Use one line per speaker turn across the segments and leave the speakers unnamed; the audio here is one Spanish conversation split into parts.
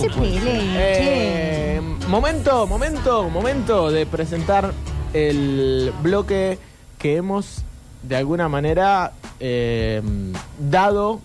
se peleen, che.
Eh, momento, momento, momento de presentar el bloque que hemos de alguna manera eh, dado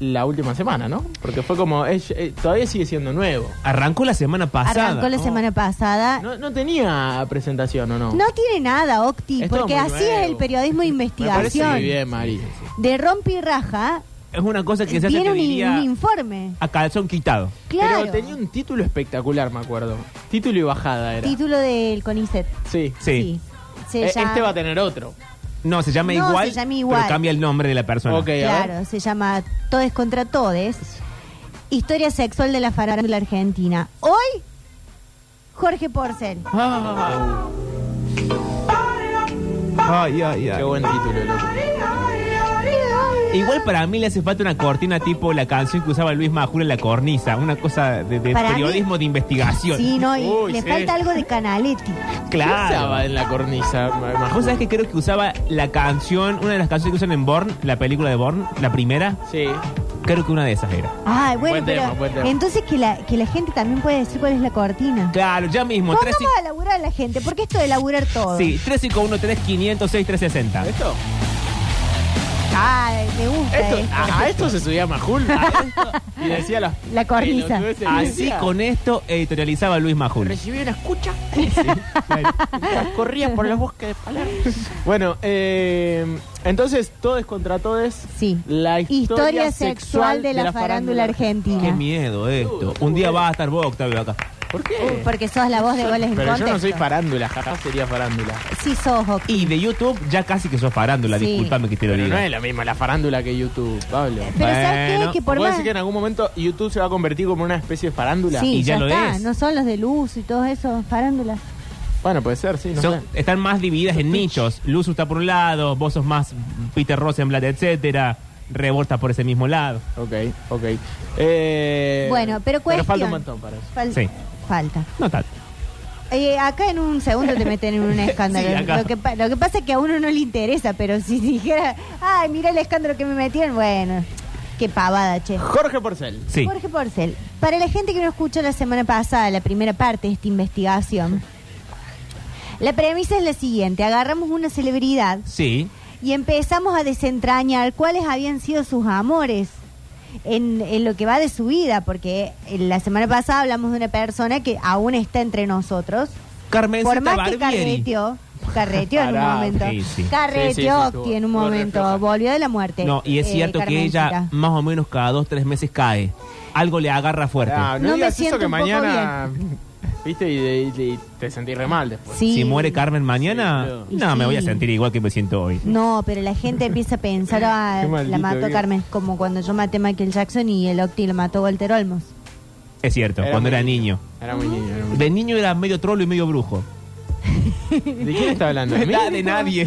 la última semana, ¿no? Porque fue como, es- eh, todavía sigue siendo nuevo.
Arrancó la semana pasada.
Arrancó la semana pasada.
No, no tenía presentación, ¿o no?
Ah. No tiene nada, Octi,
Es todo
porque
muy
así
nuevo.
es el periodismo de
Me parece
investigación.
muy bien, Mari.
De rompe y raja,
Es una cosa que se hace,
tiene
te
un,
diría,
un informe.
a calzón quitado.
Claro.
Pero tenía un título espectacular, me acuerdo. Título y bajada era.
Título del CONICET.
Sí.
Sí.
Se
Eh,
llama-
Este va a tener otro.
No, se llama
No,
igual,
se llama igual.
pero cambia el nombre de la persona.
Ok. a
Claro, se llama Todes contra Todes. Historia sexual de la farándula argentina. Hoy, Jorge Porcel.
Ah. Ay, ay, ay.
Qué buen título, loco.
Igual para mí le hace falta una cortina tipo la canción que usaba Luis Majura en la cornisa, una cosa de, de
Para mí-
periodismo de investigación.
Sí, no, y
Uy,
le
sí.
falta algo de Canaletti.
¿Qué usaba
Claro.
en la cornisa? Ma- Majo?
¿Vos sabés que creo que usaba la canción, una de las canciones que usan en Born, la película de Born, la primera?
Sí.
Creo que una de esas era.
Ay, bueno,
Buen
pero
tema, buen tema.
entonces que la, que la gente también puede decir cuál es la cortina.
Claro, ya mismo.
Pongamos
tres
a laburar a la gente, porque esto de laburar todo.
Sí, 351 3506 360.
¿Esto?
Ay, me gusta
esto Ah,
esto.
a, a esto se subía Majul. a esto, y decía las
La cornisa.
pelotudeces que
Así
decía.
con esto editorializaba Luis Majul.
Recibí una escucha. Mientras Corría por los bosques de Palermo. Bueno, eh, entonces, todes contra todes.
Sí.
La historia,
Historia sexual de la farándula argentina.
Qué miedo esto. Un día vas a estar vos, Octavio, acá.
¿Por qué?
Uh, porque sos la voz de goles en
Pero yo no soy
Contexto.
farándula, jamás sería farándula.
Sí, sos. Oc.
Y de YouTube ya casi que sos farándula,
Sí.
discúlpame que te lo
Pero no
diga.
es lo mismo la farándula que YouTube, Pablo.
Pero ¿sabes qué?
Bueno,
Que por
¿Puedo
más...
decir que en algún momento YouTube se va a convertir como una especie de farándula?
Sí,
Y ya
ya,
lo
está.
es.
No son los de luz y todos esos farándulas.
Bueno, puede ser, sí. No
Son-
sé.
están más divididas en nichos. Luz está por un lado, vos sos más Peter Rosenblatt, etcétera. Revolta por ese mismo lado.
Ok, ok. Eh,
bueno, pero cuestión.
falta un montón para eso.
Fal-
Sí.
Falta.
No tanto.
Eh, acá en un segundo te meten en un escándalo.
Sí, acá.
lo, que, pa- lo que pasa es que a uno no le interesa, pero si dijera, ay, mira el escándalo que me metieron, bueno, qué pavada, che.
Jorge Porcel.
Sí.
Jorge Porcel, para la gente que no escuchó la semana pasada la primera parte de esta investigación, la premisa es la siguiente, agarramos una celebridad
Sí.
y empezamos a desentrañar cuáles habían sido sus amores en, en lo que va de su vida, porque eh, la semana pasada hablamos de una persona que aún está entre nosotros.
Carmencita
Por más que
Barbieri.
carreteó, carreteó en un
Pará,
momento.
sí, sí.
Carreteó
Sí, sí, sí, estuvo-
Octi en un
estuvo re floja.
momento, volvió de la muerte.
No, y es
eh,
cierto que ella
Carmencita.
más o menos cada dos, tres meses cae. Algo le agarra fuerte.
Ah, no,
No me
digas eso
siento
que
un poco
mañana. Viste, y, de- y te sentí re mal después.
Sí.
Si muere Carmen mañana,
Sí,
no,
Y
me voy a
sí.
sentir igual que me siento hoy.
No, pero la gente empieza a pensar, ah,
Qué maldito
la mató
que-
Carmen, como cuando yo maté a Michael Jackson y el Octi lo mató Walter Olmos.
Es cierto,
Era
cuando
muy
era niño.
Era muy niño. era muy
De niño era medio trolo y medio brujo.
niño. ¿De quién está hablando?
No
¿De mí?
está de nadie.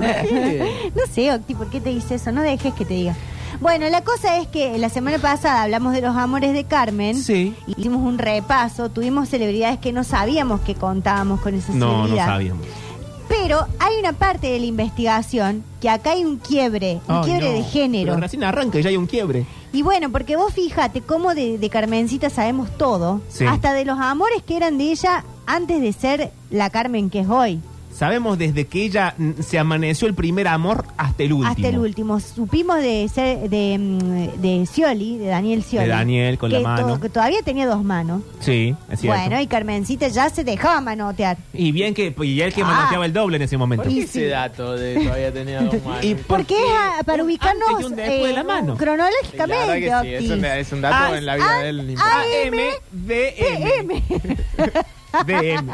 qué?
No sé, Octi, ¿por qué te dice eso? No dejes que te diga. Bueno, la cosa es que la semana pasada hablamos de los amores de Carmen.
Sí.
Hicimos un repaso, tuvimos celebridades que no sabíamos que contábamos con esa
No, no
celebridad.
sabíamos.
Pero hay una parte de la investigación que acá hay un quiebre, un
Ay,
quiebre
no.
de género.
Pero recién arranca y ya hay un quiebre.
Y bueno, porque vos fíjate cómo de, de Carmencita sabemos todo,
Sí.
hasta de los amores que eran de ella antes de ser la Carmen que es hoy.
Sabemos desde que ella mm, se amaneció el primer amor hasta el último.
Hasta el último. Supimos de ser, de, mm, de Scioli, de Daniel Scioli.
De Daniel con la
que
mano.
to- que todavía tenía dos manos.
Sí, es cierto.
Bueno, y Carmencita ya se dejaba manotear.
y... bien que y él que
Ah.
manoteaba el doble en ese momento.
¿Por qué
Y sí.
ese dato de todavía tenía dos manos?
Y por-
Porque es a- para
un
ubicarnos eh,
antes y un después de la mano.
La verdad
cronológicamente,
que sí, es un,
Octis.
es un dato
Ah,
en la vida
ah,
de él. ni
ah,
más.
A M D M D M.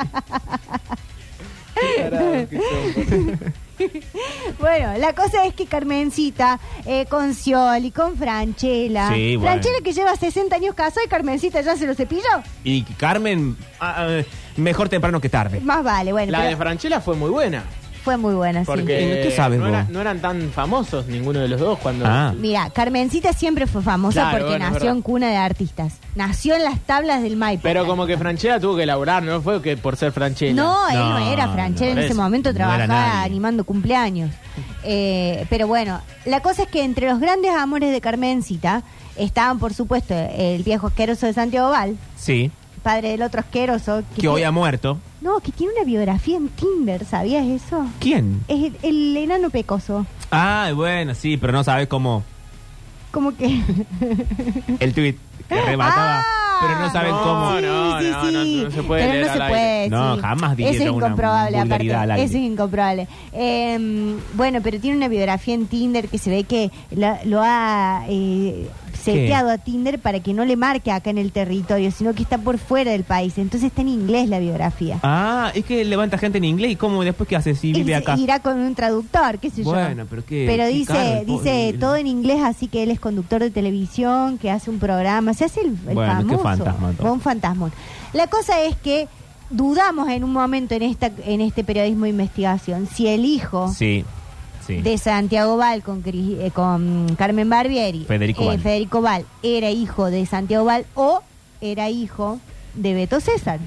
Qué tarados que son.
Bueno, la cosa es que Carmencita, eh, con Scioli, con Franchela.
Sí, bueno.
Franchela que lleva 60 años casada y Carmencita ya se lo cepilló.
Y Carmen ah, ah, mejor temprano que tarde.
Más vale, bueno.
La de
pero
Franchella fue muy buena.
Fue muy buena, Ah, sí.
Porque
¿Qué sabes
no,
vos?
no eran tan famosos ninguno de los dos cuando...
Ah.
Mira, Carmencita siempre fue famosa
Claro,
porque
bueno, es
nació
verdad.
en cuna de artistas. Nació en las tablas del Maipo.
Pero como que Franchella tuvo que laburar, no fue que por ser Franchella.
No, él
No,
no era Franchella
no,
en ese
eso,
momento,
no era
trabajaba
nadie.
animando cumpleaños. Eh, pero bueno, la cosa es que entre los grandes amores de Carmencita estaban, por supuesto, el viejo asqueroso de Santiago Val,
Sí,
padre del otro asqueroso.
que hoy
tiene-
ha muerto.
No, que tiene una biografía en Tinder, ¿sabías eso?
¿Quién?
Es el, el enano pecoso.
Ah, bueno, sí, pero no sabes cómo
Como que.
el tweet que remataba,
Eh, Ah.
pero no saben
No,
cómo.
no,
sí,
no,
sí,
no,
sí.
no se puede
Pero
leer
no se
al
puede.
aire.
No,
sí.
jamás dije
Eso es
yo una
incomprobable, aparte.
vulgaridad al aire.
Eso es incomprobable. Eh, bueno, pero tiene una biografía en Tinder que se ve que la- lo ha eh, seteado a Tinder para que no le marque acá en el territorio, sino que está por fuera del país. Entonces está en inglés la biografía.
Ah, es que levanta gente en inglés y cómo después qué hace si
Y
vive
se-
acá.
irá con un traductor, qué sé yo.
Bueno, pero qué-
Pero
qué
dice,
caro el
dice
pobre, el-
todo en inglés, así que él es conductor de televisión, que hace un programa, se hace el, el
Bueno, qué
famoso.
fantasma, entonces.
Un fantasma. La cosa es que dudamos en un momento en esta en este periodismo de investigación si el hijo
Sí, sí.
de Santiago Val con, Cris- eh, con Carmen Barbieri,
Federico
eh,
Val.
Federico Val, era hijo de Santiago Val o era hijo de Beto César.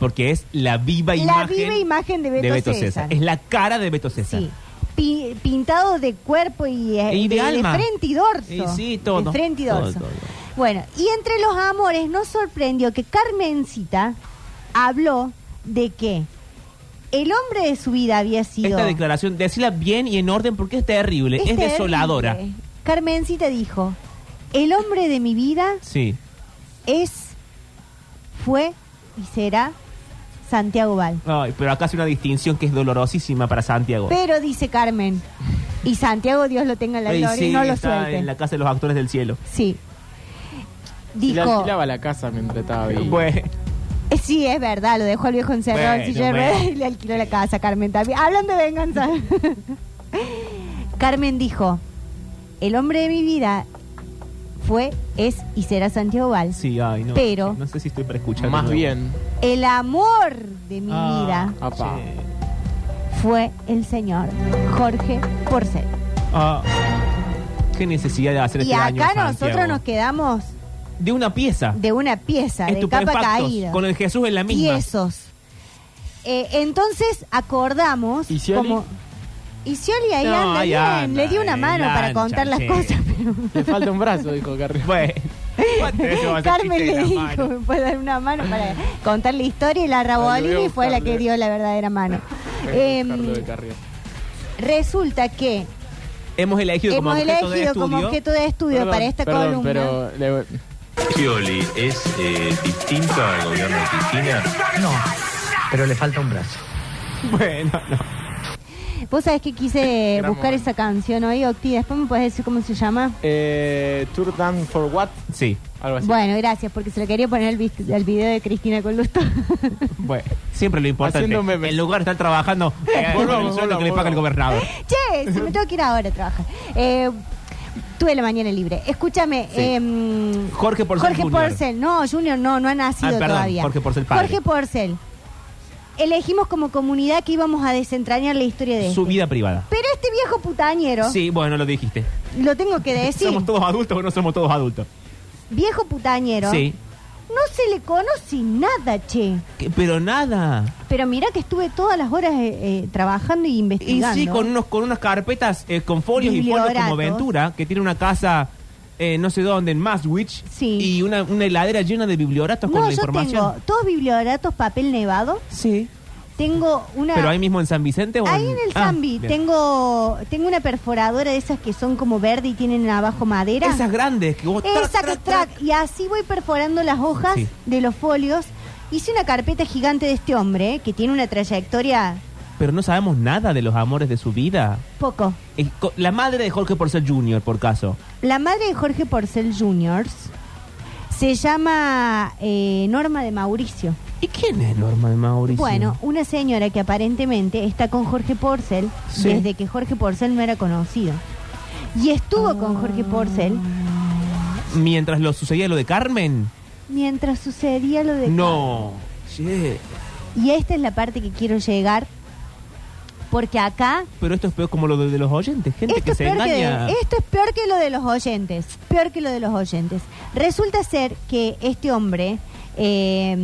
Porque es la viva
La
imagen.
viva imagen de Beto César.
Es la cara de Beto César.
Sí. Pi- pintado de cuerpo y, eh,
Y de alma.
frente y dorso.
Y sí, todo.
De frente y
Todo,
dorso.
todo.
Bueno, y entre los amores nos sorprendió que Carmencita habló de que el hombre de su vida había sido. este
Esta declaración, decirla bien y en orden porque es terrible, es,
terrible.
desoladora.
Carmencita dijo: El hombre de mi vida
Sí.
es, fue y será Santiago Val.
Ay, pero acá hace una distinción que es dolorosísima para Santiago.
Pero dice Carmen, y Santiago, Dios lo tenga en la
Ay,
gloria, y
sí,
no lo
está
suelte.
en la casa de los actores del cielo.
Sí.
Y le
Dijo,
alquilaba la casa mientras estaba vivo.
Bueno,
eh, sí, es verdad, lo dejó al viejo encerrado en
Bueno,
silla de ruedas
bueno.
y le alquiló la casa a Carmen también. Hablando de venganza. Carmen dijo, el hombre de mi vida fue, es y será Santiago Val.
sí, ay, no.
Pero-
No sé si estoy para escuchar. de
Más
nuevo.
bien.
El amor de mi
Ah,
vida
Apá.
che.
fue el señor Jorge Porcel.
Ah, qué necesidad de hacer
Y
este daño,
acá
Santiago.
nosotros nos quedamos
De una pieza.
de una pieza, de capa
Estupefactos,
caída.
Con el Jesús en la misma.
tiesos. Eh, entonces acordamos
¿Y Scioli?
como y Scioli ahí
No,
anda
ahí
bien,
anda,
le dio una
en
mano para
lancha,
contar las
che.
cosas, pero
Le falta un brazo, dijo Carrión.
Bueno.
Carmen le dijo, me puede dar una mano para contar la historia y la Rabolini
voy a
fue la que
buscarle.
dio la verdadera mano. Em, resulta que
Hemos elegido
hemos
como objeto de
elegido como
estudio.
objeto de estudio para esta columna.
Pero le-
Scioli es eh, distinto al gobierno de Cristina.
No, pero le falta un brazo.
Bueno, no.
Vos sabés que quise
Gran
buscar
momento.
esa canción hoy, Octi, después me puedes decir cómo se llama.
eh, Tour Down for What?
Sí.
Algo así.
Bueno, gracias, porque se lo quería poner el, vis- el video de Cristina con Lusto.
Bueno, siempre lo importante.
Haciendo un meme.
En lugar de estar trabajando eh, con
Volvamos,
el sueldo que le
volvamos,
paga el
volvamos.
gobernador.
che, si me tengo que ir ahora a trabajar. Eh, tuve la mañana libre. Escúchame.
Sí.
em,
Jorge Porcel
Jorge
Junior.
Porcel. No, Junior no, no ha nacido
Ah, perdón,
todavía.
Jorge Porcel padre.
Jorge Porcel. Elegimos como comunidad que íbamos a desentrañar la historia de
Su
este.
vida privada.
Pero este viejo putañero,
Sí, bueno, lo dijiste.
lo tengo que decir,
Somos todos adultos o no somos todos adultos.
viejo putañero,
Sí.
no se le conoce nada, che.
Que- Pero nada.
Pero mirá que estuve todas las horas eh, eh, trabajando y
Y
investigando.
sí, con, unos, con unas carpetas, eh, con folios y folios como
Biblioratos.
Ventura, que tiene una casa eh, no sé dónde, en Maswich,
Sí.
y una, una heladera llena de biblioratos con
No,
la
yo
información.
tengo todos biblioratos papel nevado.
Sí.
Tengo una.
¿Pero ahí mismo en San Vicente o
Ahí en el
Ah,
Zambi
bien.
tengo tengo una perforadora de esas que son como verde y tienen abajo madera.
Esas grandes que vos...
Esa
trac,
que
trac, trac.
trac. Y así voy perforando las hojas
Sí.
de los folios. Hice una carpeta gigante de este hombre, eh, que tiene una trayectoria
Pero no sabemos nada de los amores de su vida.
poco.
Eh, co- La madre de Jorge Porcel Jr., por caso.
La madre de Jorge Porcel Jr. se llama eh, Norma de Mauricio.
¿Y quién es Norma de Mauricio?
Bueno, una señora que aparentemente está con Jorge Porcel
Sí.
desde que Jorge Porcel no era conocido. Y estuvo con Jorge Porcel
Mientras lo sucedía lo de Carmen.
mientras sucedía lo de...
No. Sí.
Y esta es la parte que quiero llegar porque acá
Pero esto es peor como lo de, de los oyentes, gente
esto
que
es
se
peor que de-
engaña.
esto es peor que lo de los oyentes. Peor que lo de los oyentes. Resulta ser que este hombre, eh,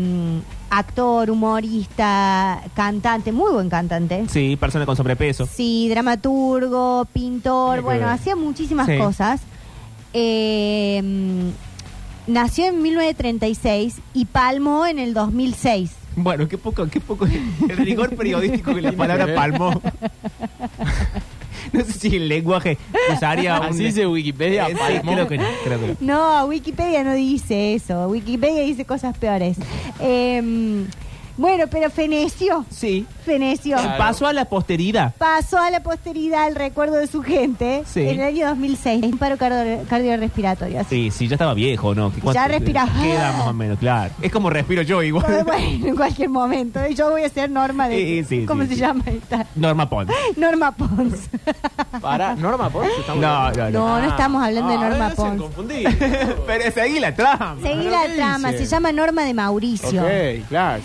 actor, humorista, cantante, muy buen cantante.
Sí, persona con sobrepeso.
Sí, dramaturgo, pintor,
Tiene que
bueno,
ver.
hacía muchísimas
Sí.
cosas. Eh, nació en 1936 y palmó en el 2006.
Bueno, qué poco, qué poco el rigor periodístico que la palabra palmó. No sé si el lenguaje usaría un...
Así dice Wikipedia.
Eh, sí,
palmó.
creo que no, creo que no.
No, Wikipedia no dice eso. Wikipedia dice cosas peores. Eh, bueno, pero feneció.
Sí.
Feneció.
Claro.
Pasó a la posteridad.
Pasó a la posteridad el recuerdo de su gente
Sí.
en el año 2006. Un paro cardio- cardiorrespiratorio. así.
Sí, sí, ya estaba viejo, ¿no? ¿Qué- cuánto-
respiraba.
Queda más o menos, claro. Es como respiro yo
Pero
igual.
bueno, en cualquier momento. Y Yo voy a ser Norma de...
Sí, sí,
¿Cómo
sí,
se
sí.
llama esta?
Norma Pons.
Norma Pons.
Pará, Norma Pons. estamos
No,
hablando.
no,
No, no estamos hablando de
Ah,
Norma
debe ser
Pons.
confundido.
Pero seguí la trama.
Seguí
¿Pero
la
qué
trama,
dice?
se llama Norma de Mauricio.
ok, claro.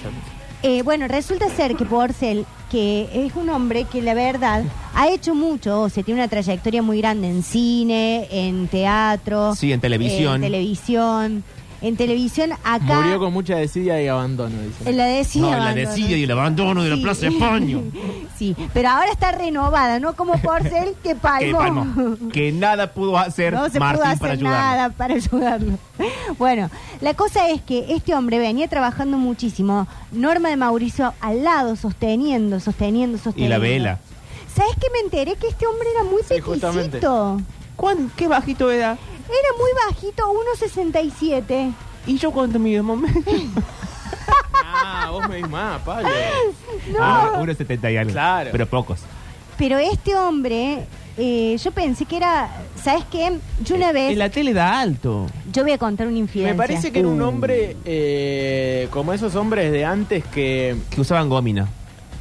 Eh, bueno, resulta ser que Porcel, que es un hombre que la verdad ha hecho mucho, o sea, tiene una trayectoria muy grande en cine, en teatro.
Sí, en televisión.
En televisión. En televisión, acá.
Murió con mucha desidia y abandono, dice.
en la decía.
No, la desidia y el abandono de la Plaza de España.
Sí, pero ahora está renovada, ¿no? Como Porcel que
Que,
palmó.
palmó. que nada pudo hacer
No se
Martín
pudo hacer
para ayudar.
nada para ayudarlo. Bueno, la cosa es que este hombre venía trabajando muchísimo. Norma de Mauricio al lado, sosteniendo, sosteniendo, sosteniendo.
Y la vela.
¿Sabes qué me enteré? Que este hombre era muy
Sí, justamente.
pequeñito.
¿Cuán- ¿Qué bajito era?
Era muy bajito, 1,67.
¿Y yo cuánto mido momento?
Ah, vos me dis más, Pablo.
No.
Ah, 1,70 y algo.
Claro.
Pero pocos.
Pero este hombre, eh, yo pensé que era... ¿Sabes qué? Yo una vez...
En la tele da alto.
Yo voy a contar una infidencia.
Eh, Me parece que era un hombre eh, como esos hombres de antes que.
Que usaban gómina.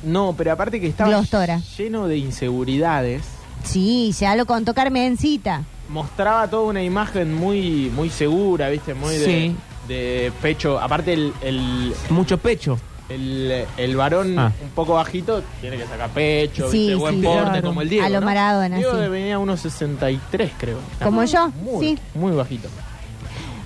No, pero aparte que estaba
Glostora.
lleno de inseguridades.
Sí, ya lo contó Carmencita.
Mostraba toda una imagen muy muy segura, ¿viste? Muy de,
Sí.
de pecho. Aparte, el, el,
Mucho pecho.
el- el varón
Ah.
un poco bajito tiene que sacar pecho,
Sí,
¿viste? Buen
sí,
porte,
claro.
como el Diego.
A lo
¿no?
Maradona,
Diego
sí.
venía a unos 63, creo.
Como yo,
Muy,
sí.
Muy bajito.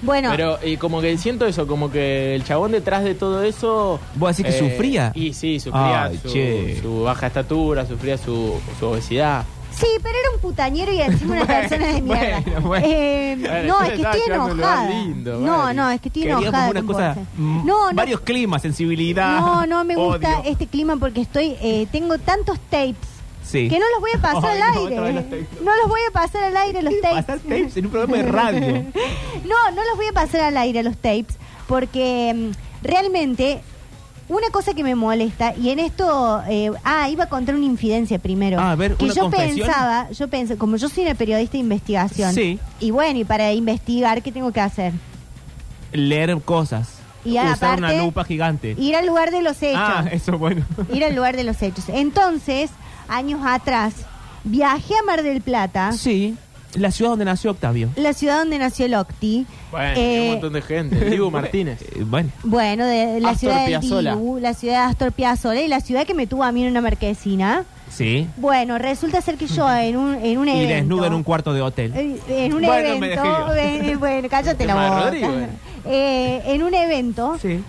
Bueno,
Pero eh, como que siento eso, como que el chabón detrás de todo eso...
¿Vos decís que
eh,
sufría?
Y sí, sufría
Ay, che.
su, su baja estatura, sufría su, su obesidad.
Sí, pero era un putañero y encima una
Bueno,
persona de mierda.
bueno, bueno.
Eh,
Bueno,
no,
yo
es que
le estaba
estoy
llevando un lugar
enojada.
lindo,
no,
Mari.
no, es que estoy
Quería
enojada.
como una
con
cosa.
Porcel.
mm,
no, no,
Varios climas, sensibilidad.
no, no me gusta
odio.
este clima porque estoy, eh, tengo tantos tapes
Sí.
que no los voy a pasar
Ay,
al
no,
aire.
otra
No,
vez los tapes.
los voy a pasar al aire los tapes.
Pasar tapes en un programa de radio.
No, no los voy a pasar al aire los tapes porque mm, realmente una cosa que me molesta y en esto eh, ah iba a contar una infidencia primero
Ah, a ver,
que
¿una
yo
confesión?
pensaba yo pensé como yo soy una periodista de investigación
Sí.
y bueno y para investigar qué tengo que hacer
Leer cosas.
Y
Usar
aparte-
una lupa gigante.
ir al lugar de los hechos
Ah, eso bueno.
ir al lugar de los hechos entonces años atrás viajé a Mar del Plata
Sí. La ciudad donde nació Octavio.
la ciudad donde nació Locti
Bueno,
Eh,
un montón de gente. Diego Martínez.
Eh, bueno.
Bueno, de la
Astor
ciudad de
Piazzolla.
Dibu, la ciudad de Astor Piazzolla y la ciudad que me tuvo a mí en una marquesina.
Sí.
Bueno, resulta ser que yo en un, en un
Y
evento...
desnudo en un cuarto de hotel.
eh, En un
Bueno, me
evento...
dejé
eh, bueno, cállate
El
la
tema de
boca.
Rodrigo, eh.
Eh, en un evento
Sí.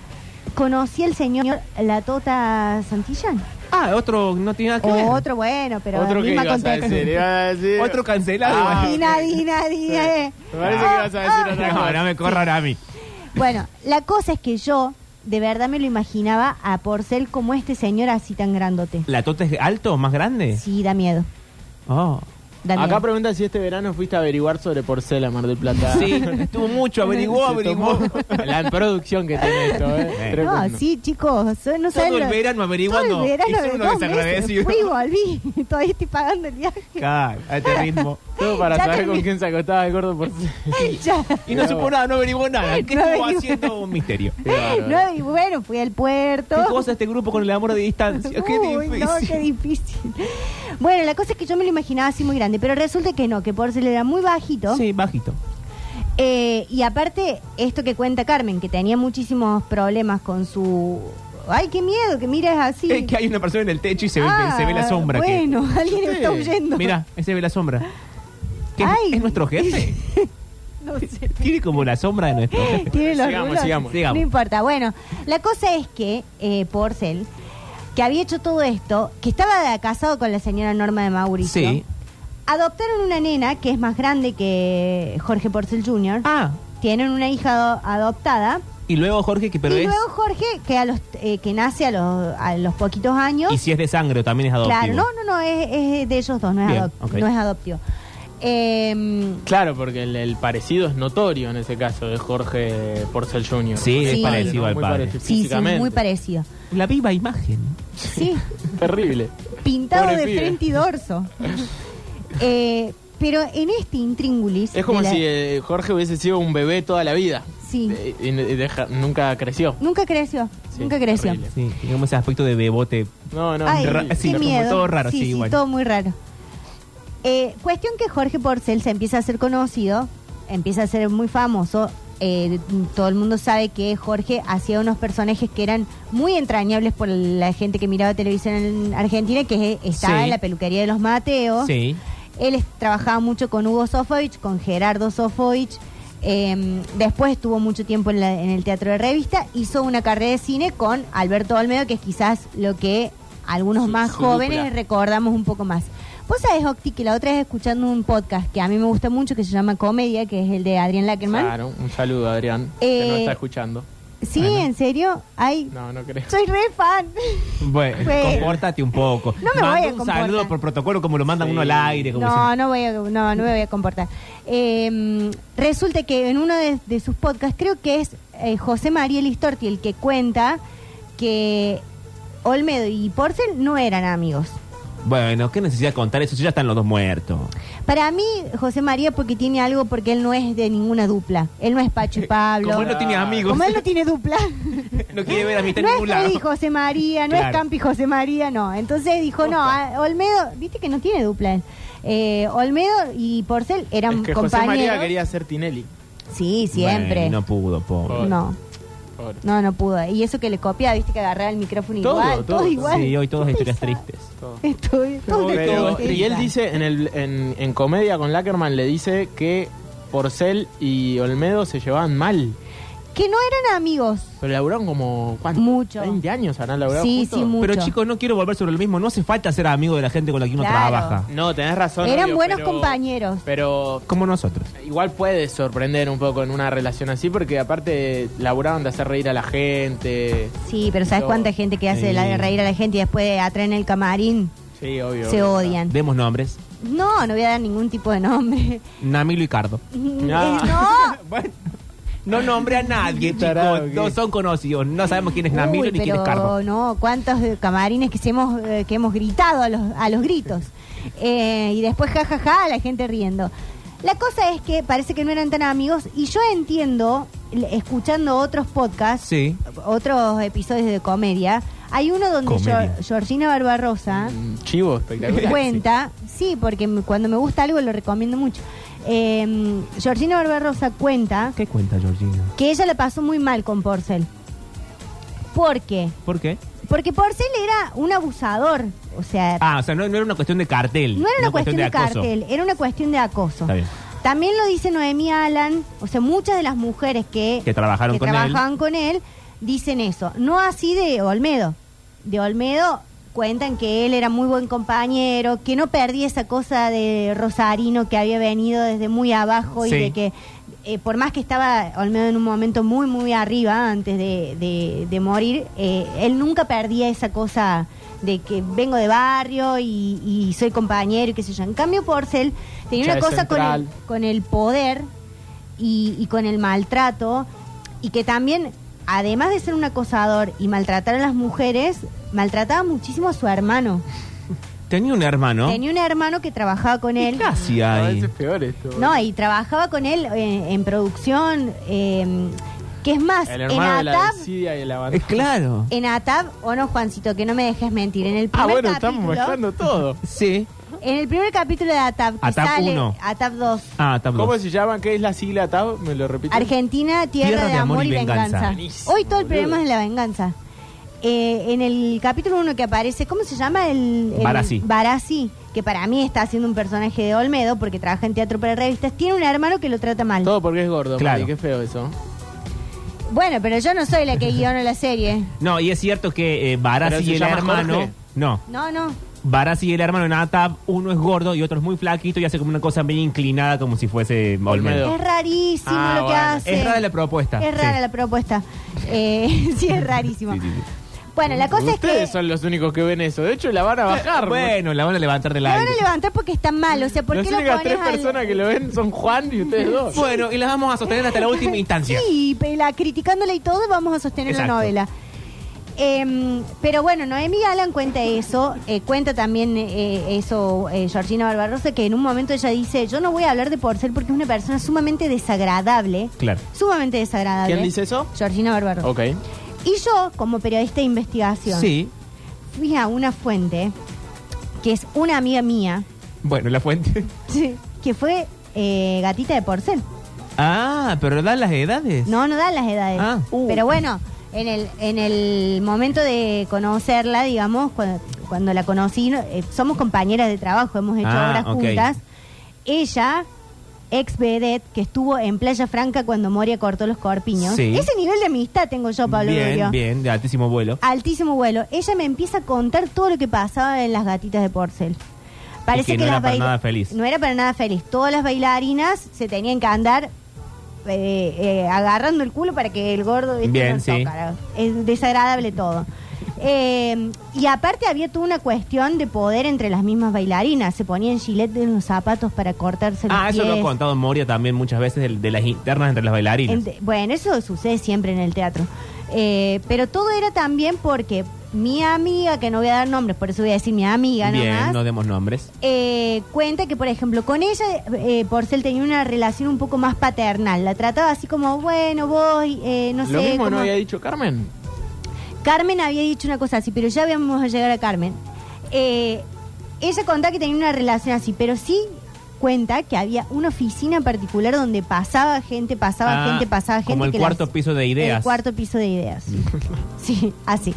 conocí al señor La Tota Santillán.
Ah, otro no tiene nada que
O
ver.
otro, bueno, pero
Otro que
misma
ibas a
contexto.
decir, ibas a decir-
Otro cancelado.
Ah,
Y nadie, nadie, eh.
Me parece que ibas a decir otra
No,
cosa.
no me corran a mí.
Bueno, la cosa es que yo de verdad me lo imaginaba a Porcel como este señor así tan grandote.
¿La tota es alto, más grande?
Sí, da miedo.
Oh.
Da
Acá
miedo.
preguntan si este verano fuiste a averiguar sobre porcela, Mar del Plata.
Sí, estuvo mucho, averiguó,
Se
averiguó.
tomó La producción que tiene esto, ¿eh?
Eh.
Tremendo.
No, sí, chicos, soy- no saben
Todo el
lo-
verano averiguando.
Todo el verano
Y son unos
dos meses.
desagradecidos.
Fui y volví, todavía estoy pagando el viaje.
Claro, a este ritmo.
Todo para
Ya
saber
terminé.
con quién se acostaba el gordo porcela.
Ya.
Y no supo nada, no averiguó nada. ¿Qué
No
estuvo
averiguó.
haciendo un misterio?
No, y bueno, fui al puerto.
¿Qué cosa este grupo con el amor de distancia? Qué
Uy,
difícil.
no, qué difícil. Bueno, la cosa es que yo me lo imaginaba así muy grande, pero resulta que no, que por ser era muy bajito.
Sí, bajito.
Eh, y aparte, esto que cuenta Carmen, que tenía muchísimos problemas con su Ay, qué miedo que miras así.
Es que hay una persona en el techo y se ve,
Ah,
se ve la sombra. que-
Bueno, alguien
Sí.
está huyendo.
Mira, ahí se ve la sombra. ¿Qué es-
Ay.
¿Es nuestro jefe?
No sé.
Tiene como la sombra de nuestro jefe.
Tiene los
Sigamos,
rulos.
sigamos.
No
Sigamos.
importa. Bueno, la cosa es que eh, Porcel, que había hecho todo esto, que estaba casado con la señora Norma de Mauricio,
Sí.
adoptaron una nena que es más grande que Jorge Porcel Jr.
Ah,
Tienen una hija ado- adoptada.
y luego Jorge, que pero
y
es.
luego Jorge, que, a los, eh, que nace a los, a los poquitos años.
Y si es de sangre, también es adoptivo.
Claro, no, no, no, es, es de ellos dos, no es,
Bien,
adop-
ok.
no es adoptivo. Eh,
Claro, porque el, el parecido es notorio en ese caso de Jorge Porcel Jr.
Sí, es
Sí.
parecido al
Muy
padre.
parecido
sí, sí,
físicamente.
muy parecido.
La viva imagen.
Sí,
Terrible.
pintado
Pobre
de
pibe.
frente y dorso. Eh, pero en este intríngulis...
Es como
de la-
si eh, Jorge hubiese sido un bebé toda la vida.
Sí.
Eh, Y, y deja- nunca creció.
Nunca creció,
Sí,
nunca creció.
horrible.
Sí, digamos ese aspecto de bebote.
No, no,
Ay,
es
ra-
qué
terrible.
sí, como
miedo.
todo raro, sí, igual.
todo muy raro. Eh, cuestión que Jorge Porcel se empieza a ser conocido, empieza a ser muy famoso. Eh, todo el mundo sabe que Jorge hacía unos personajes que eran muy entrañables por la gente que miraba televisión en Argentina, que estaba
Sí.
en la peluquería de los Mateos.
Sí.
Él es- trabajaba mucho con Hugo Sofovich, con Gerardo Sofovich. Eh, después estuvo mucho tiempo en, la- en el teatro de revista. Hizo una carrera de cine con Alberto Olmedo, que es quizás lo que algunos
Su-
más
su
jóvenes
dupla.
recordamos un poco más. Vos sabés, Octi, que la otra vez escuchando un podcast que a mí me gusta mucho, que se llama Comedia, que es el de Adrián Lackerman.
Claro, un saludo, Adrián, que no
Eh,
está escuchando.
Sí, en serio, ay,
No, no creo.
soy re fan.
Bueno,
Bueno.
compórtate un poco.
No me
Manda
voy a
un
comportar.
saludo por protocolo como lo mandan
Sí.
uno al aire. Como
No,
dicen.
no, voy a, no, no me voy a comportar. Eh, resulta que en uno de, de sus podcasts, creo que es eh, José María Listorti el que cuenta que Olmedo y Porcel no eran amigos.
Bueno, qué necesidad de contar eso si ya están los dos muertos.
Para mí, José María, porque tiene algo, porque él no es de ninguna dupla. Él no es Pacho y Pablo.
Eh, Como él no tiene amigos.
Como él no tiene dupla.
No quiere ver amistad en
No
ningún
es Freddy
lado.
José María, no es
Claro.
Campi José María, no. Entonces dijo, no, a- Olmedo, viste que no tiene dupla. él. Eh, Olmedo y Porcel eran
Es que José
compañeros.
María quería ser Tinelli.
Sí, siempre.
Bueno, no pudo, pobre.
pudo.
no,
Pobre.
no, no pudo. Y eso que le copia, viste que agarraba el micrófono
Todo,
igual, todo,
todo.
igual.
Sí, hoy todas
Qué
historias
pesado.
tristes.
Todo.
Estoy- todo
Pero-
todo
triste.
y él dice en, el, en, en comedia con Lackerman le dice que Porcel y Olmedo se llevaban mal.
que no eran amigos.
Pero laburaron como ¿cuánto?
Mucho.
20 años habrán laburado
Sí,
juntos.
sí, mucho.
Pero chicos, no quiero volver sobre lo mismo. No hace falta ser amigo de la gente con la que uno
Claro.
trabaja.
No, tenés razón.
Eran
obvio,
buenos
pero-
compañeros.
Pero
Como nosotros.
igual puede sorprender un poco en una relación así porque aparte laburaron de hacer reír a la gente.
Sí, pero ¿sabes
Yo-
cuánta gente que hace
Sí.
la, reír a la gente y después atraen el camarín?
Sí, obvio.
Se
obvio.
odian.
Demos nombres.
No, no voy a dar ningún tipo de nombre.
Namilo y Cardo.
Ah.
Eh, no.
Bueno, no nombre a nadie, chicos.
tarado que
No
es.
son conocidos. No sabemos quién es Namilo
Uy,
ni quién es Cardo.
pero no, cuántos eh, camarines que, se hemos, eh, que hemos gritado a los, a los gritos. Eh, y después jajaja, la gente riendo. La cosa es que parece que no eran tan amigos y yo entiendo, l- escuchando otros podcasts,
Sí.
otros episodios de comedia, hay uno donde
Comedia.
Gior- Georgina Barbarosa
Mm, Chivo, espectacular.
cuenta, sí, porque m- cuando me gusta algo lo recomiendo mucho. Eh, Georgina Barbarosa cuenta
¿Qué cuenta Georgina?
que ella la pasó muy mal con Porcel. Porque
¿Por qué?
porque Porcel era un abusador, o sea,
Ah, o sea, no, no era una cuestión de cartel.
no era una cuestión de,
acoso.
cartel, era una cuestión de acoso.
Está bien.
También lo dice Noemí Alan, o sea, muchas de las mujeres que,
Que trabajaron
que
con
trabajaban con él dicen eso. No así de Olmedo. De Olmedo cuentan que él era muy buen compañero, que no perdía esa cosa de Rosarino que había venido desde muy abajo
Sí.
y de que eh, por más que estaba Olmedo en un momento muy, muy arriba antes de, de- de morir, eh, él nunca perdía esa cosa de que vengo de barrio y, y soy compañero y qué sé yo. En cambio, Porcel tenía
Ya
una
es
cosa con el,
central.
con el poder y, y con el maltrato y que también, además de ser un acosador y maltratar a las mujeres, maltrataba muchísimo a su hermano.
Tenía un hermano.
Tenía un hermano que trabajaba con él.
Casi
A
ahí.
veces es peor esto.
No, y trabajaba con él eh, en producción, eh, que es más,
el
en
hermano de la
ATAP,
desidia y el
Es
abandono.
Eh, claro.
en ATAP, o no Juancito, que no me dejes mentir, en el
Ah,
primer
bueno,
capítulo,
estamos mezclando todo.
Sí.
en el primer capítulo de ATAP, que
ATAP
sale,
uno.
ATAP 2,
Ah, tampoco.
¿Cómo se llaman? ¿Qué es la sigla TAB? ¿Me lo repito?
Argentina, tierra, de, amor y venganza.
Buenísimo,
Hoy todo el
boludo.
problema es la venganza. eh, en el capítulo 1 que aparece, ¿cómo se llama? El, el
Barassi.
Barassi, que para mí está haciendo un personaje de Olmedo porque trabaja en teatro para revistas, tiene un hermano que lo trata mal.
Todo porque es gordo,
Claro.
Mari, qué feo eso.
Bueno, pero yo no soy la que guiona la serie.
No, y es cierto que eh,
Pero
Barassi
se
y el
llama
hermano.
Jorge.
No,
No, no.
Barassi y el hermano en Atab, uno es gordo y otro es muy flaquito y hace como una cosa medio inclinada como si fuese Olmedo.
Olmedo.
Es rarísimo
Ah,
lo que
bueno.
hace.
Es rara la propuesta.
Es rara
sí.
la propuesta. Eh, sí, es rarísimo.
Sí, sí, sí.
Bueno, la cosa es
Ustedes
que
son los únicos que ven eso. De hecho, la van a bajar.
Eh, Bueno, la van a levantar del
la van
aire.
a levantar porque está mal. O sea, ¿por
Las
qué lo
únicas
pones
tres
al-
personas que lo ven son Juan y ustedes dos.
Bueno, y las vamos a sostener hasta la última instancia.
Sí, pe- la, criticándola y todo, vamos a sostener
Exacto.
la novela. Em, pero bueno, Noemí Alan cuenta eso, eh, cuenta también eh, eso eh, Georgina Barbarosa, que en un momento ella dice, yo no voy a hablar de Porcel porque es una persona sumamente desagradable.
Claro.
Sumamente desagradable.
¿Quién dice eso?
Georgina Barbarosa.
Ok.
Y yo, como periodista de investigación,
Sí.
fui a una fuente, que es una amiga mía,
Bueno, la fuente.
que fue eh, gatita de Porcel.
Ah, pero dan las edades.
No, no dan las edades.
Ah. Uh.
Pero bueno, en el, en el momento de conocerla, digamos, cuando, cuando la conocí, no- eh, somos compañeras de trabajo, hemos hecho
Ah,
obras
ok.
juntas. Ella, ex vedette, que estuvo en Playa Franca cuando Moria cortó los corpiños.
Sí.
Ese nivel de amistad tengo yo, Ah, Pablo
bien,
Durio.
bien, de altísimo vuelo.
Altísimo vuelo. Ella me empieza a contar todo lo que pasaba en las gatitas de Porcel. Parece
Y que no
las
era para
baila-
nada feliz.
No era para nada feliz. Todas las bailarinas se tenían que andar eh, eh, agarrando el culo para que el gordo este,
Bien,
no
sí.
tocara. Es desagradable todo. Eh, y aparte había toda una cuestión de poder entre las mismas bailarinas. Se ponían gilet en los zapatos para cortarse los
Ah, eso lo ha
pies.
contado Moria también muchas veces de, de las internas entre las bailarinas.
Ente- bueno, eso sucede siempre en el teatro. Eh, pero todo era también porque mi amiga, que no voy a dar nombres, por eso voy a decir mi amiga
bien,
nomás,
no demos nombres.
eh, cuenta que, por ejemplo, con ella eh, Porcel tenía una relación un poco más paternal. La trataba así como, bueno, vos, eh, no
Lo
sé.
mismo no
como-
había dicho Carmen.
Carmen había dicho una cosa así, pero ya vamos a llegar a Carmen. Eh, ella contaba que tenía una relación así, pero sí cuenta que había una oficina en particular donde pasaba gente, pasaba
Ah,
gente, pasaba gente.
como el
que
cuarto piso de ideas.
El cuarto piso de ideas. sí, así.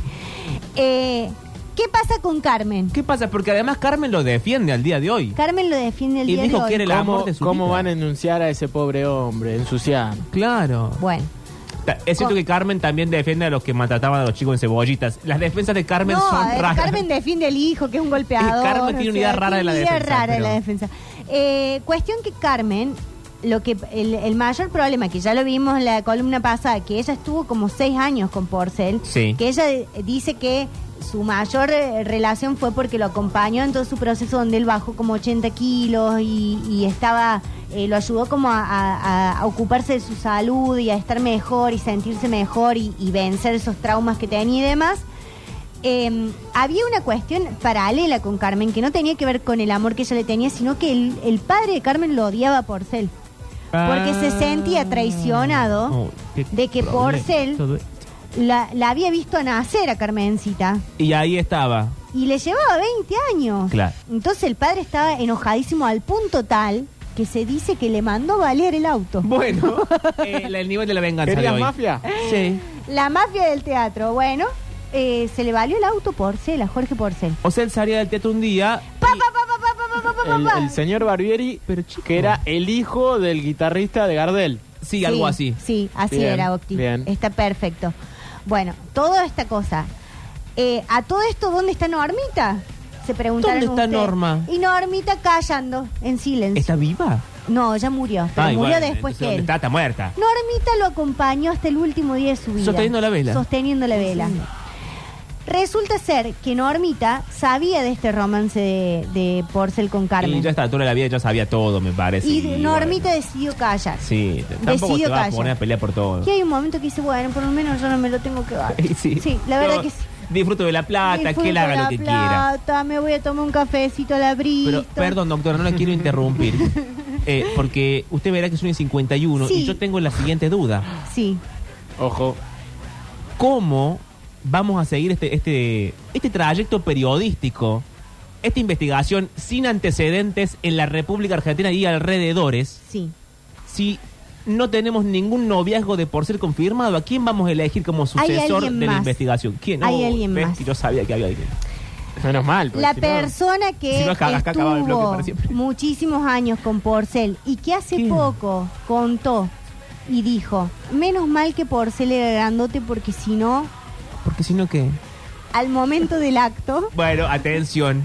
Eh, ¿Qué pasa con Carmen?
¿Qué pasa? Porque además Carmen lo defiende al día de hoy.
Carmen lo defiende el
Y
día
dijo
de hoy.
que era El amor
¿Cómo,
de su
cómo
vida.
van a denunciar a ese pobre hombre? Ensuciar.
Claro.
Bueno.
Ta- Es cierto
Con-
que Carmen también defiende a los que maltrataban a los chicos en cebollitas. Las defensas de Carmen
no,
son
a ver,
raras.
Carmen defiende al hijo, que es un golpeador.
Carmen
o
tiene una
sea,
idea rara de la
tiene una idea
defensa,
rara de la
pero-
defensa. Eh, cuestión que Carmen, lo que el, el mayor problema, que ya lo vimos en la columna pasada, que ella estuvo como seis años con Porcel,
Sí.
que ella de- dice que su mayor eh, relación fue porque lo acompañó en todo su proceso donde él bajó como 80 kilos y, y estaba... eh, lo ayudó como a, a- a ocuparse de su salud y a estar mejor y sentirse mejor y, y vencer esos traumas que tenía y demás. Eh, había una cuestión paralela con Carmen que no tenía que ver con el amor que ella le tenía, sino que el, el padre de Carmen lo odiaba a Porcel. porque se sentía
Ah.
traicionado
qué
de que
problema
Porcel-
todo esto.
La, la había visto nacer a Carmencita
Y ahí estaba.
y le llevaba 20 años.
Claro.
Entonces el padre estaba enojadísimo al punto tal que se dice que le mandó valer el auto.
Bueno, eh, la- el nivel de la venganza de
¿Querías
hoy.
mafia?
Sí.
La mafia del teatro, bueno, eh, se le valió el auto Porcel, a Jorge Porcel.
O sea, él salía del teatro un día.
Pa, pa, pa, pa, pa, pa, pa, pa, pa,
El,
pa.
el señor Barbieri,
Pero, chico.
que era el hijo del guitarrista de Gardel.
Sí, algo así.
Sí, así
Bien,
era, Octi.
bien.
Está perfecto. Bueno, toda esta cosa. Eh, a todo esto, ¿dónde está Normita? Se preguntaron
¿Dónde está
ustedes.
Norma?
Y Normita callando, en silencio.
¿Está viva?
No, ya murió, pero
Ah, y
murió
bueno,
después
entonces,
que
¿dónde
él.
Está, está muerta.
Normita lo acompañó hasta el último día de su vida.
Sosteniendo la vela.
Sosteniendo la vela. Resulta ser que Normita sabía de este romance de, de Porcel con Carmen.
Y yo a esta altura de la vida ya sabía todo, me parece.
Y
bueno.
Normita decidió callar.
Sí, t- tampoco
Decidió
te vas a
callar.
poner a pelear por todo.
Que hay un momento que dice, bueno, por lo menos yo no me lo tengo que dar. la verdad
Yo
que sí.
Disfruto de la plata, que él
Disfruto
Ah, haga lo
la
que quiera.
plata, Me voy a tomar un cafecito a la
Pero,
brisa.
perdón, doctora, no la quiero interrumpir. Eh, porque usted verá que soy un 51
Sí.
y yo tengo la siguiente duda.
Sí.
Ojo.
cómo vamos a seguir este, este, este trayecto periodístico, esta investigación sin antecedentes en la República Argentina y alrededores,
Sí.
si no tenemos ningún noviazgo de por ser confirmado. ¿A quién vamos a elegir como sucesor de
alguien
la
más.
investigación? ¿Quién?
Hay
Oh,
alguien
ves
más.
que Yo sabía que había alguien.
Menos mal. pues. porque
La
si no-
persona que
si no, acá- acá acababa el bloque para
estuvo
siempre.
muchísimos años con Porcel y que hace
¿Quién?
poco contó y dijo, menos mal que Porcel era grandote porque si no,
Porque si no, ¿qué?
al momento del acto,
Bueno, atención.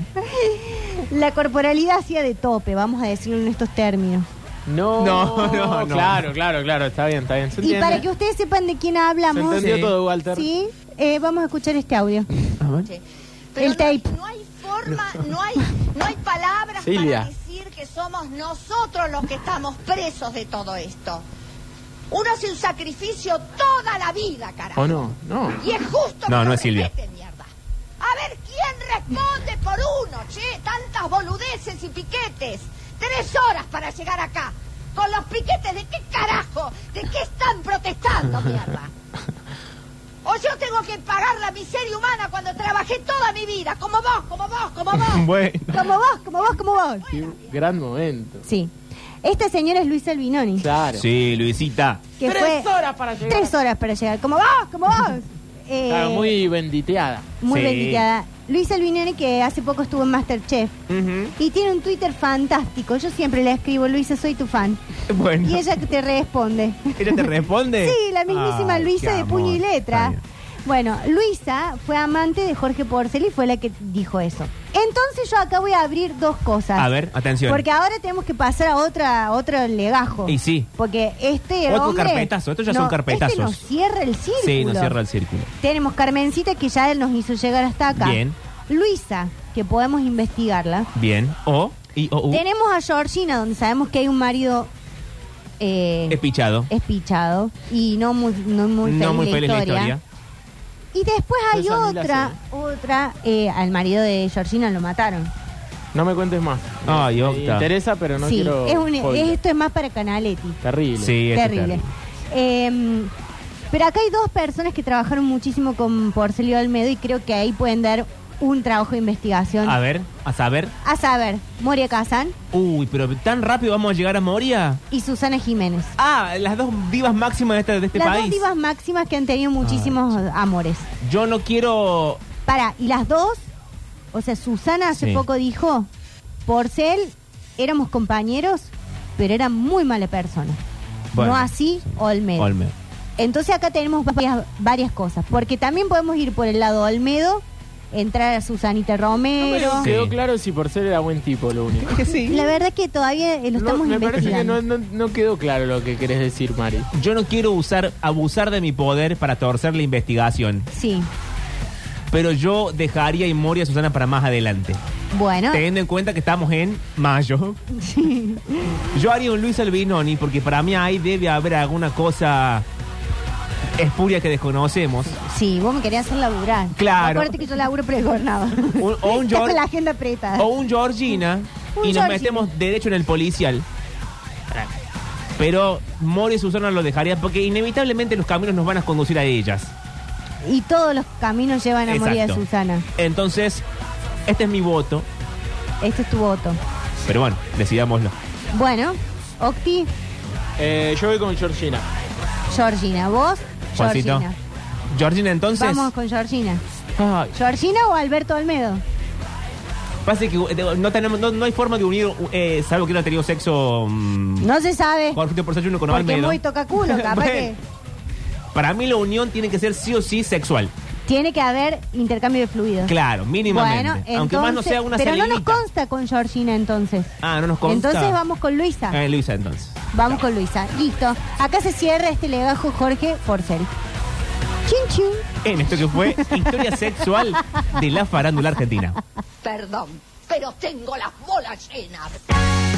la corporalidad hacía de tope, vamos a decirlo en estos términos.
No,
No, no, no.
Claro, claro, claro. Está bien, está bien. Se
Y
entiende.
para que ustedes sepan de quién
Se
hablamos,
entendió
Sí.
todo, Walter.
¿sí? Eh, vamos a escuchar este audio.
A ver.
Pero
El
no hay-
tape.
No hay forma, no hay, no hay palabras
Silvia.
para decir que somos nosotros los que estamos presos de todo esto. Uno hace un sacrificio toda la vida, carajo.
¿O no? No.
Y es justo
No, no
que lo
es Silvia.
respeten, mierda. A ver, ¿quién responde por uno, che? Tantas boludeces y piquetes. Tres horas para llegar acá. Con los piquetes, ¿de qué carajo? ¿De qué están protestando, mierda? O yo tengo que pagar la miseria humana cuando trabajé toda mi vida, como vos, como vos, como vos.
Bueno.
Como vos, como vos, como vos.
Qué gran momento.
Sí. Esta señora es Luisa Albinoni.
Claro.
Sí, Luisita.
que fue
horas para llegar.
tres horas para llegar. Como vos, como vos. Eh,
Claro, muy benditeada.
Muy
Sí.
benditada. Luis Albinoni, que hace poco estuvo en Masterchef. Y tiene un Twitter fantástico. Yo siempre le escribo, Luisa, soy tu fan.
Bueno.
Y ella que te responde.
¿Ella te responde?
Sí, la mismísima
Ay,
Luisa
qué
de puño y
amor.
letra.
Está bien.
Bueno, Luisa fue amante de Jorge Porcel y fue la que dijo eso. Entonces yo acá voy a abrir dos cosas.
A ver, atención.
Porque ahora tenemos que pasar a otra, a otro legajo.
Y sí.
Porque este
Otro
hombre-
carpetazo, estos ya son
No,
carpetazos.
Este nos cierra el círculo.
Sí, nos cierra el círculo.
Tenemos Carmencita que ya él nos hizo llegar hasta acá.
Bien.
Luisa, que podemos investigarla.
Bien. O, y, o, u.
Tenemos a Georgina, donde sabemos que hay un marido eh,
Es pichado.
espichado y no muy, no muy feliz,
no muy
la,
feliz
historia.
la historia.
Y después hay
Esa ni la
otra, otra, eh, al marido de Georgina lo mataron.
No me cuentes más.
Ay,
Me
Octa.
interesa, pero no
sí,
quiero.
es un-
spoiler.
esto es más para Canaletti.
Terrible.
Sí, esto es
terrible. Eh, pero acá hay dos personas que trabajaron muchísimo con Porcelio Almedo y creo que ahí pueden dar un trabajo de investigación.
A ver, a saber.
A saber, Moria Kazan
Uy, pero tan rápido vamos a llegar a Moria.
y Susana Jiménez.
Ah, las dos divas máximas de este, de este
las
país. Ah,
dos divas máximas que han tenido muchísimos amores.
Yo no quiero.
Para, y las dos, o sea, Susana hace
Sí.
poco dijo, Porcel, éramos compañeros, pero era muy mala persona.
Bueno,
no así, Olmedo.
Olmedo.
Entonces acá tenemos varias, varias cosas, porque también podemos ir por el lado Olmedo, entrar a Susanita Romero.
Pero
Sí.
quedó claro si por ser era buen tipo, lo único.
La verdad es que todavía eh, lo
No,
estamos
me parece que
investigando.
no, no- no quedó claro lo que querés decir, Mari.
Yo no quiero usar, abusar de mi poder para torcer la investigación.
Sí,
Pero yo dejaría y Moria a Susana para más adelante.
bueno,
Teniendo en cuenta que estamos en mayo. Yo haría un Luis Albinoni porque para mí ahí debe haber alguna cosa espuria que desconocemos.
sí, vos me querías hacer laburar.
Claro.
Acuérdate que yo laburo pregonado.
Un- o un George-
la agenda apretada.
O un Georgina
Un
y nos
Georgina.
metemos derecho en el policial. Pero Moria y Susana lo dejaría porque inevitablemente los caminos nos van a conducir a ellas.
Y todos los caminos llevan a morir a
Exacto.
Susana.
Entonces, este es mi voto.
Este es tu voto.
Pero bueno, decidámoslo.
Bueno, Octi,
Eh, yo voy con Georgina.
Georgina, vos,
Juancito.
Georgina.
Georgina, entonces.
Vamos con Georgina.
Ay,
¿Georgina o Alberto Olmedo?
pasa que eh, no, tenemos, no, no hay forma de unir, eh, salvo que no ha tenido sexo. mm,
No se sabe.
Jorge por uno con
Porque
Olmedo.
muy toca culo, capaz
Bueno,
que
Para mí la unión tiene que ser sí o sí sexual.
tiene que haber intercambio de fluidos.
Claro, mínimamente.
Bueno, entonces,
Aunque más no sea una
pero no nos
salidita.
consta con Georgina entonces.
Ah, no nos consta.
Entonces vamos con Luisa.
Eh, Luisa, entonces.
Vamos con Luisa. Listo. Acá se cierra este legajo Jorge Porcel. Chin chin.
En esto que fue historia sexual de la farándula argentina.
Perdón, pero tengo las bolas llenas.